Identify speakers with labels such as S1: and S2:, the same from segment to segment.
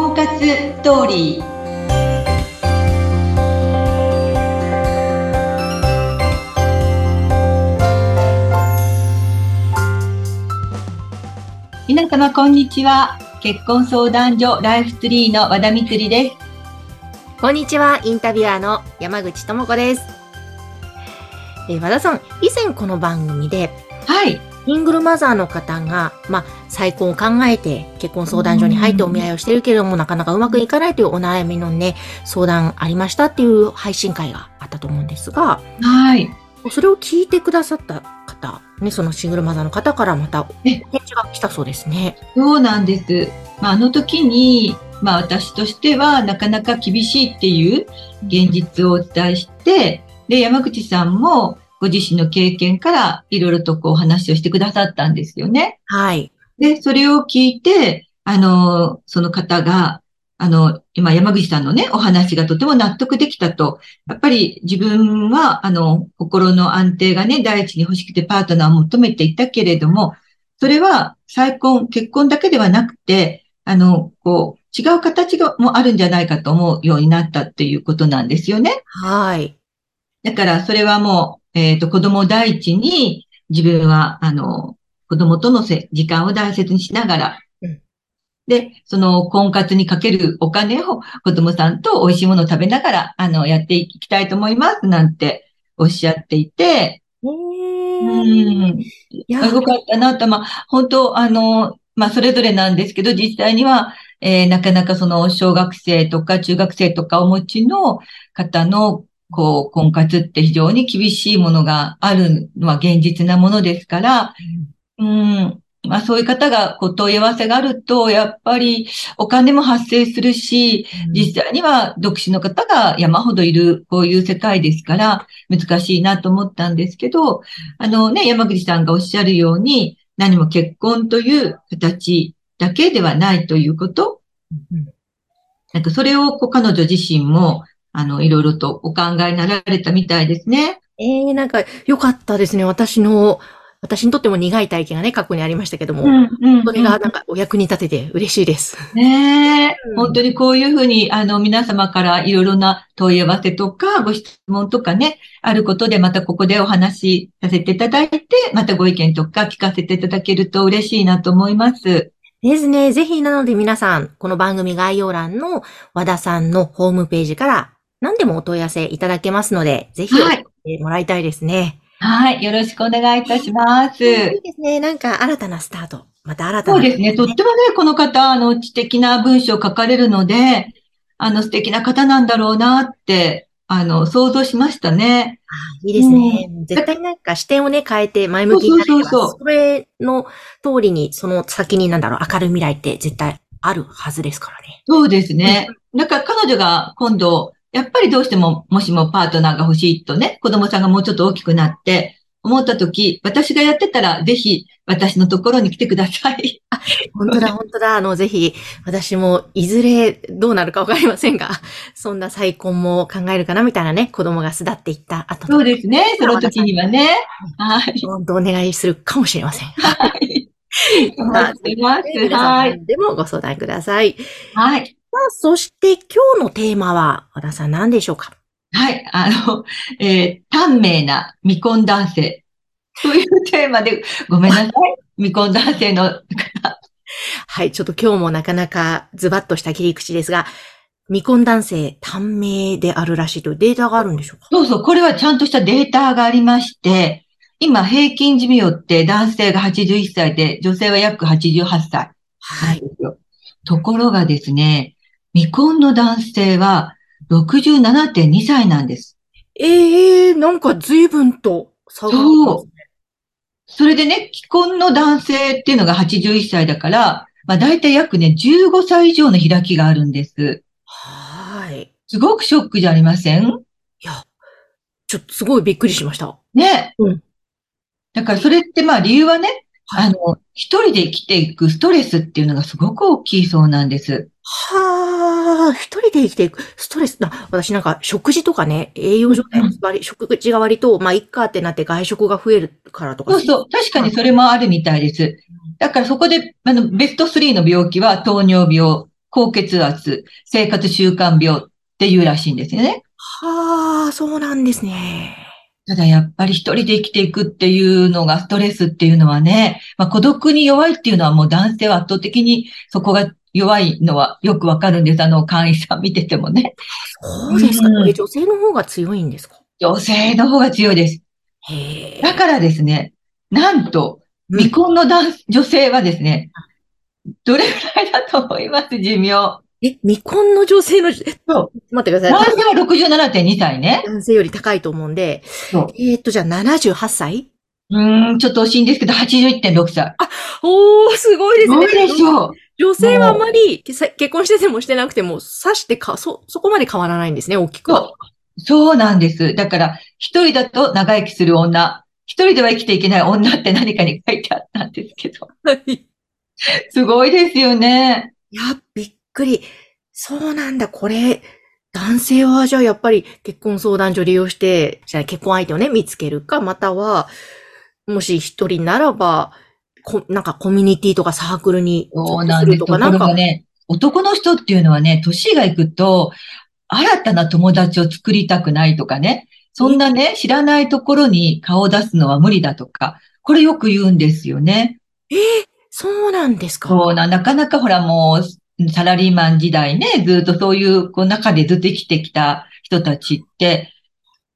S1: ストーリー皆様こんにちは結婚相談所ライフツリーの和田光です
S2: こんにちは、インタビュアーの山口智子です。えー和田さん、以前この番組で、
S1: はい
S2: シングルマザーの方が、まあ、再婚を考えて結婚相談所に入ってお見合いをしてるけれども、なかなかうまくいかないというお悩みのね、相談ありましたっていう配信会があったと思うんですが、
S1: はい
S2: それを聞いてくださった方、ね、そのシングルマザーの方からまた
S1: え
S2: 返事が来たそうですね。
S1: そうなんです。まあ、あの時に、まあ、私としてはなかなか厳しいっていう現実をお伝えして、で、山口さんもご自身の経験からいろいろとこうお話をしてくださったんですよね。
S2: はい。
S1: で、それを聞いて、あの、その方が、あの、今山口さんのね、お話がとても納得できたと。やっぱり自分は、あの、心の安定がね、第一に欲しくてパートナーを求めていたけれども、それは再婚、結婚だけではなくて、あの、こう、違う形がもあるんじゃないかと思うようになったっていうことなんですよね。
S2: はい。
S1: だから、それはもう、えっ、と、子供第一に、自分は、あの、子供とのせ時間を大切にしながら
S2: うん、
S1: で、その婚活にかけるお金を子供さんと美味しいものを食べながら、あの、やっていきたいと思います、なんておっしゃっていて、
S2: え
S1: う
S2: ー、
S1: ん、
S2: いや
S1: あよかったなと、まあ、本当、あの、まあ、それぞれなんですけど、実際には、えーなかなかその、小学生とか中学生とかお持ちの方の、こう、婚活って非常に厳しいものがあるのは現実なものですから、うん、まあ、そういう方が、こう、問い合わせがあると、やっぱり、お金も発生するし、実際には独身の方が山ほどいる、こういう世界ですから、難しいなと思ったんですけど、あのね、山口さんがおっしゃるように、何も結婚という形だけではないということ、
S2: うん
S1: なんかそれをこう彼女自身も、あの、いろいろとお考えになられたみたいですね。
S2: ええなんか良かったですね。私の、私にとっても苦い体験がね、過去にありましたけども、
S1: ん、うん
S2: それがなんかお役に立てて嬉しいです。
S1: ねえ、
S2: うん
S1: 本当にこういうふうに、あの、皆様からいろいろな問い合わせとか、ご質問とかね、あることで、またここでお話しさせていただいて、またご意見とか聞かせていただけると嬉しいなと思います。
S2: ですね。ぜひ、なので皆さん、この番組概要欄の和田さんのホームページから何でもお問い合わせいただけますので、ぜひ、
S1: はい。
S2: もらいたいですね。
S1: はい。よろしくお願いいたします。
S2: いいですね。なんか新たなスタート。また新た
S1: そ
S2: な。
S1: うですね。とってもね、この方、あの、知的な文章を書かれるので、あの、素敵な方なんだろうなって、あの、想像しましたね。
S2: いいですね。絶対なんか視点をね、変えて前向きになれ
S1: そ
S2: ば、
S1: うそうそうそう
S2: それの通りに、その先になんだろう、明るい未来って絶対あるはずですからね。
S1: そうですね。だから彼女が今度、やっぱりどうしても、もしもパートナーが欲しいとね、子供さんがもうちょっと大きくなって、思ったとき、私がやってたら、ぜひ、私のところに来てください。
S2: 本 当だ、本当だ。あの、ぜひ、私も、いずれどうなるかわかりませんが、そんな再婚も考えるかな、みたいなね、子供が巣立っていった後
S1: そう
S2: の、
S1: ですね。その時にはね。はい。
S2: 本当お願いするかもしれません。
S1: お待ちしてます
S2: で皆。
S1: は
S2: さ
S1: い。
S2: んでもご相談ください。
S1: はい。
S2: さあ、そして今日のテーマは、和田さん何でしょうか
S1: はい。あの、えー、短命な未婚男性。というテーマで、ごめんなさい。未婚男性の、
S2: はい、ちょっと今日もなかなかズバッとした切り口ですが、未婚男性、短命であるらしいというデータがあるんでしょうか
S1: そうそう、これはちゃんとしたデータがありまして、今平均寿命って男性が81歳で、女性は約88歳
S2: は
S1: なん
S2: い。
S1: ですよ。ところがですね、未婚の男性は67.2歳なんです。
S2: ええなんか随分と差がありますね。
S1: それでね、既婚の男性っていうのが81歳だから、まあ大体約ね、15歳以上の開きがあるんです。
S2: はい。
S1: すごくショックじゃありません
S2: ちょっとすごいびっくりしました。
S1: ね。
S2: うん
S1: だからそれってまあ理由はね、
S2: はい
S1: あの、一人で生きていくストレスっていうのがすごく大きいそうなんです。
S2: はあ、一人で生きていく。ストレスな、私なんか食事とかね、栄養状態
S1: う
S2: が
S1: ん
S2: 悪い、食事が割と、まあ、いっかってなって外食が増えるからとか。
S1: そうそう。確かにそれもあるみたいです。だからそこで、あの、ベスト3の病気は糖尿病、高血圧、生活習慣病っていうらしいんですよね。
S2: はあ、そうなんですね。
S1: ただやっぱり一人で生きていくっていうのがストレスっていうのはね、まあ孤独に弱いっていうのはもう男性は圧倒的にそこが弱いのはよくわかるんです。あの会員さん見ててもね。
S2: そうですか。
S1: うん
S2: これ女性の方が強いんですか
S1: 女性の方が強いです。
S2: へえ。
S1: だからですね、なんと、
S2: うん
S1: 未婚の男女性はですね、どれくらいだと思います寿命。
S2: え、未婚の女性の、えちょっと待ってくだ
S1: 男
S2: さい。
S1: 性は67.2歳ね。
S2: 男性より高いと思うんで。
S1: そう
S2: えーっと、じゃあ78歳
S1: うーん、ちょっと惜しいんですけど、81.6歳。
S2: おー、すごいですすね。
S1: ごいでしょう。
S2: 女性はあまりけさ結婚しててもしてなくても、さしてか、そ、そこまで変わらないんですね、大きくは。
S1: そう。そうなんです。だから、一人だと長生きする女、一人では生きていけない女って何かに書いてあったんですけど。
S2: はい
S1: すごいですよね。
S2: いや、びっくり。そうなんだ、これ、男性はじゃあやっぱり結婚相談所利用して、じゃあ結婚相手をね、見つけるか、または、もし一人ならば、こなんかコミュニティとかサークルに
S1: そうなんです。
S2: と
S1: と
S2: か、
S1: こ
S2: なん
S1: ろ
S2: か
S1: が、ね、男の人っていうのはね、年がいくと、新たな友達を作りたくないとかね、そんなね、知らないところに顔を出すのは無理だとか、これよく言うんですよね。
S2: そうなんですか。
S1: そうな、なかなかほらもう、サラリーマン時代ね、ずっとそういう、こう中でずっと生きてきた人たちって、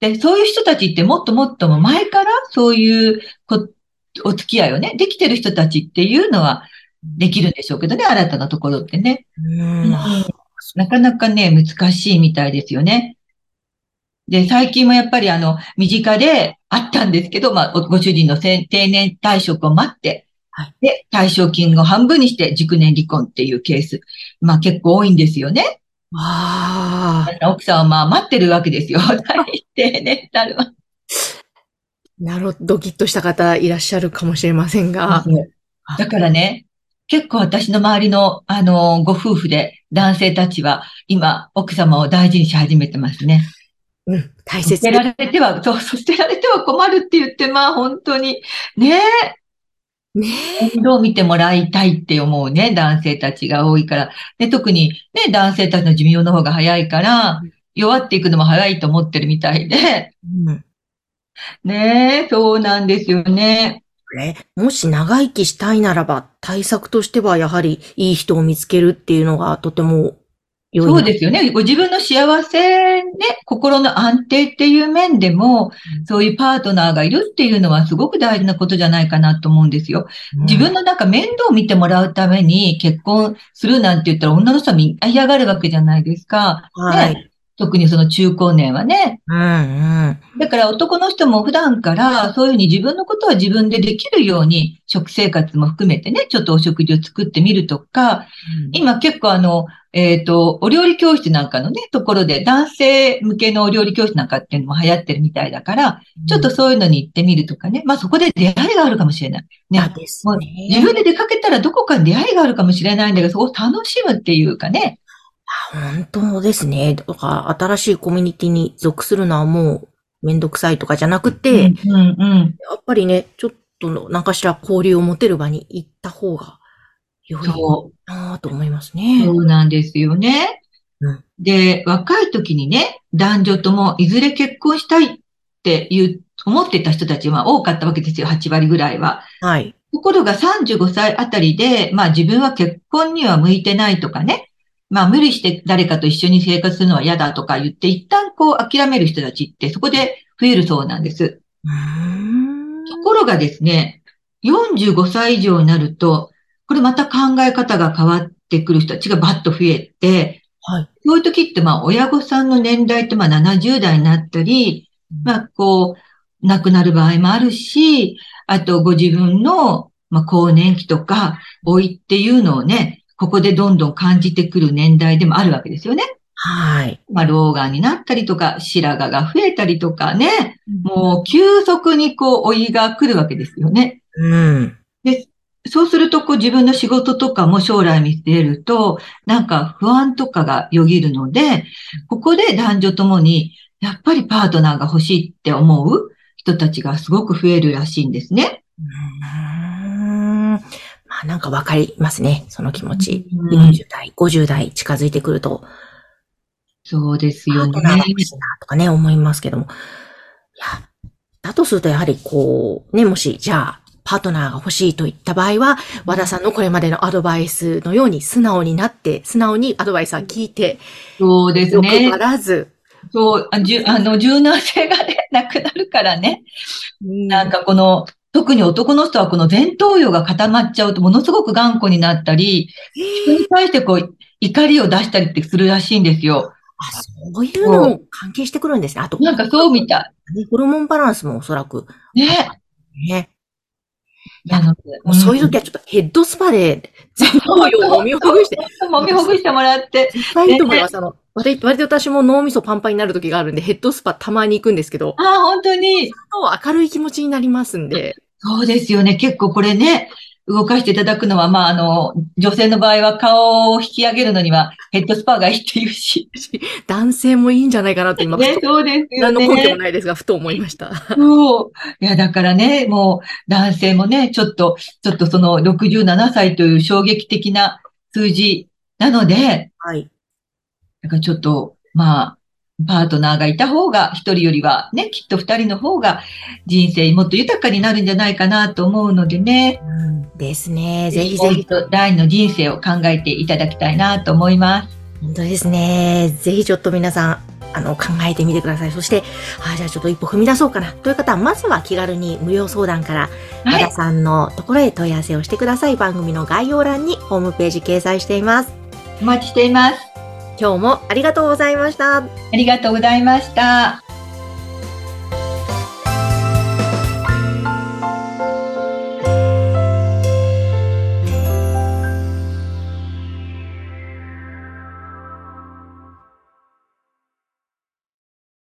S1: で、そういう人たちってもっともっとも前からそういうこ、お付き合いをね、できてる人たちっていうのはできるんでしょうけどね、新たなところってね。
S2: うーん。
S1: なかなかね、難しいみたいですよね。で、最近もやっぱりあの、身近であったんですけど、まあ、おご主人のせん定年退職を待って
S2: はい、
S1: で、退職金を半分にして熟年離婚っていうケース、まあ結構多いんですよね。
S2: わあ、
S1: 奥さんはまあ待ってるわけです よ。定年になるわ
S2: なるほど、ドキッとした方いらっしゃるかもしれませんが。
S1: だからね、結構私の周りの、あの、ご夫婦で男性たちは今、奥様を大事にし始めてますね。
S2: うん、大
S1: 捨
S2: 切
S1: てられては、そう、 そう捨てられては困るって言って、まあ本当に、ね
S2: ね
S1: え、面倒見てもらいたいって思うね、男性たちが多いから。で、特にね、男性たちの寿命の方が早いから
S2: うん、
S1: 弱っていくのも早いと思ってるみたいで、
S2: うん
S1: ねえ、そうなんですよね。
S2: ね、もし長生きしたいならば、対策としてはやはりいい人を見つけるっていうのがとても良い。
S1: そうですよね。ご自分の幸せ、ね、心の安定っていう面でも、そういうパートナーがいるっていうのはすごく大事なことじゃないかなと思うんですよ。
S2: うん
S1: 自分のなんか面倒を見てもらうために結婚するなんて言ったら女の人はみんな嫌がるわけじゃないですか。
S2: はい。
S1: 特にその中高年はね。
S2: うんうん。
S1: だから男の人も普段からそういうふうに自分のことは自分でできるように食生活も含めてね、ちょっとお食事を作ってみるとか、今結構あの、えっ、と、お料理教室なんかのね、ところで男性向けのお料理教室なんかっていうのも流行ってるみたいだから、ちょっとそういうのに行ってみるとかね。まあそこで出会いがあるかもしれない。ね
S2: 嫌です
S1: もう
S2: ね。
S1: 自分で出かけたらどこかに出会いがあるかもしれないんだけど、そこを楽しむっていうかね。
S2: 本当ですね。だから新しいコミュニティに属するのはもうめんどくさいとかじゃなくて、やっ
S1: うんうん。
S2: ぱりね、ちょっとの何かしら交流を持てる場に行った方が良い
S1: そ
S2: なぁと思います
S1: う。
S2: ね。
S1: そうなんですよね
S2: うん。
S1: で、若い時にね、男女ともいずれ結婚したいっていう、思ってた人たちは多かったわけですよ、8割ぐらいは。
S2: はい。
S1: ところが35歳あたりで、まあ自分は結婚には向いてないとかね、まあ無理して誰かと一緒に生活するのは嫌だとか言って、一旦こう諦める人たちってそこで増えるそうなんです。
S2: うーん。
S1: ところがですね、45歳以上になると、これまた考え方が変わってくる人たちがバッと増えて、
S2: はい。
S1: そういう時ってまあ親御さんの年代ってまあ70代になったり、まあこう、亡くなる場合もあるし、あとご自分のまあ更年期とか老いっていうのをね、ここでどんどん感じてくる年代でもあるわけですよね。
S2: はい。
S1: まあ老眼になったりとか、白髪が増えたりとかね、もう急速にこう老いが来るわけですよね。
S2: うん。
S1: そうすると、こう自分の仕事とかも将来見据えると、なんか不安とかがよぎるので、ここで男女ともに、やっぱりパートナーが欲しいって思う人たちがすごく増えるらしいんですね。
S2: うーんまあなんかわかりますね、その気持ち。
S1: うん
S2: 40代、50代近づいてくると、
S1: そうです
S2: パ
S1: よ
S2: ート
S1: ね。
S2: ナーが欲しいなとかね、思いますけども。いや、だとするとやはりこう、ね、もし、じゃあ、パートナーが欲しいといった場合は、和田さんのこれまでのアドバイスのように素直になって、素直にアドバイスは聞いて、
S1: そうです
S2: 欲
S1: ね
S2: 張。らず、
S1: そう、あじゅあの、柔軟性がね、なくなるからね。なんかこの、特に男の人はこの前頭葉が固まっちゃうとものすごく頑固になったり、人に対してこう、怒りを出したりってするらしいんですよ。
S2: あ、そういうのも関係してくるんですね。あと、
S1: なんかそうみた
S2: ねホルモンバランスもおそらく、
S1: い。ね。
S2: ね。
S1: なので
S2: もうそういう時はちょっとヘッドスパで全頭葉を揉みほぐして、
S1: うん 揉みほぐしてもらって、
S2: いいと思います。あの、割と割と私も脳みそパンパンになる時があるんで、ヘッドスパたまに行くんですけど、
S1: ああ、本当に。
S2: 明るい気持ちになりますんで、
S1: そうですよね。結構これね、動かしていただくのは、まあ、あの、女性の場合は顔を引き上げるのにはヘッドスパがいいっていう し。
S2: 男性もいいんじゃないかなと今、
S1: ね
S2: ふ、と
S1: そうですよ
S2: 何の根拠
S1: ね。
S2: もないですが、ふと思いました。
S1: そう。いや、だからね、もう男性もね、ちょっと、ちょっとその67歳という衝撃的な数字なので、
S2: はい。
S1: だからちょっと、まあ、パートナーがいた方が、一人よりはね、きっと二人の方が人生もっと豊かになるんじゃないかなと思うのでね、
S2: ですね。ぜひぜひ。
S1: もう一度第二の人生を考えていただきたいなと思います。
S2: 本当ですね。ぜひちょっと皆さん、あの、考えてみてください。そして、あーじゃあちょっと一歩踏み出そうかなという方は、まずは気軽に無料相談から、和
S1: はい
S2: 田さんのところへ問い合わせをしてください。番組の概要欄にホームページ掲載しています。
S1: お待ちしています。
S2: 今日もありがとうございました。
S1: ありがとうございました。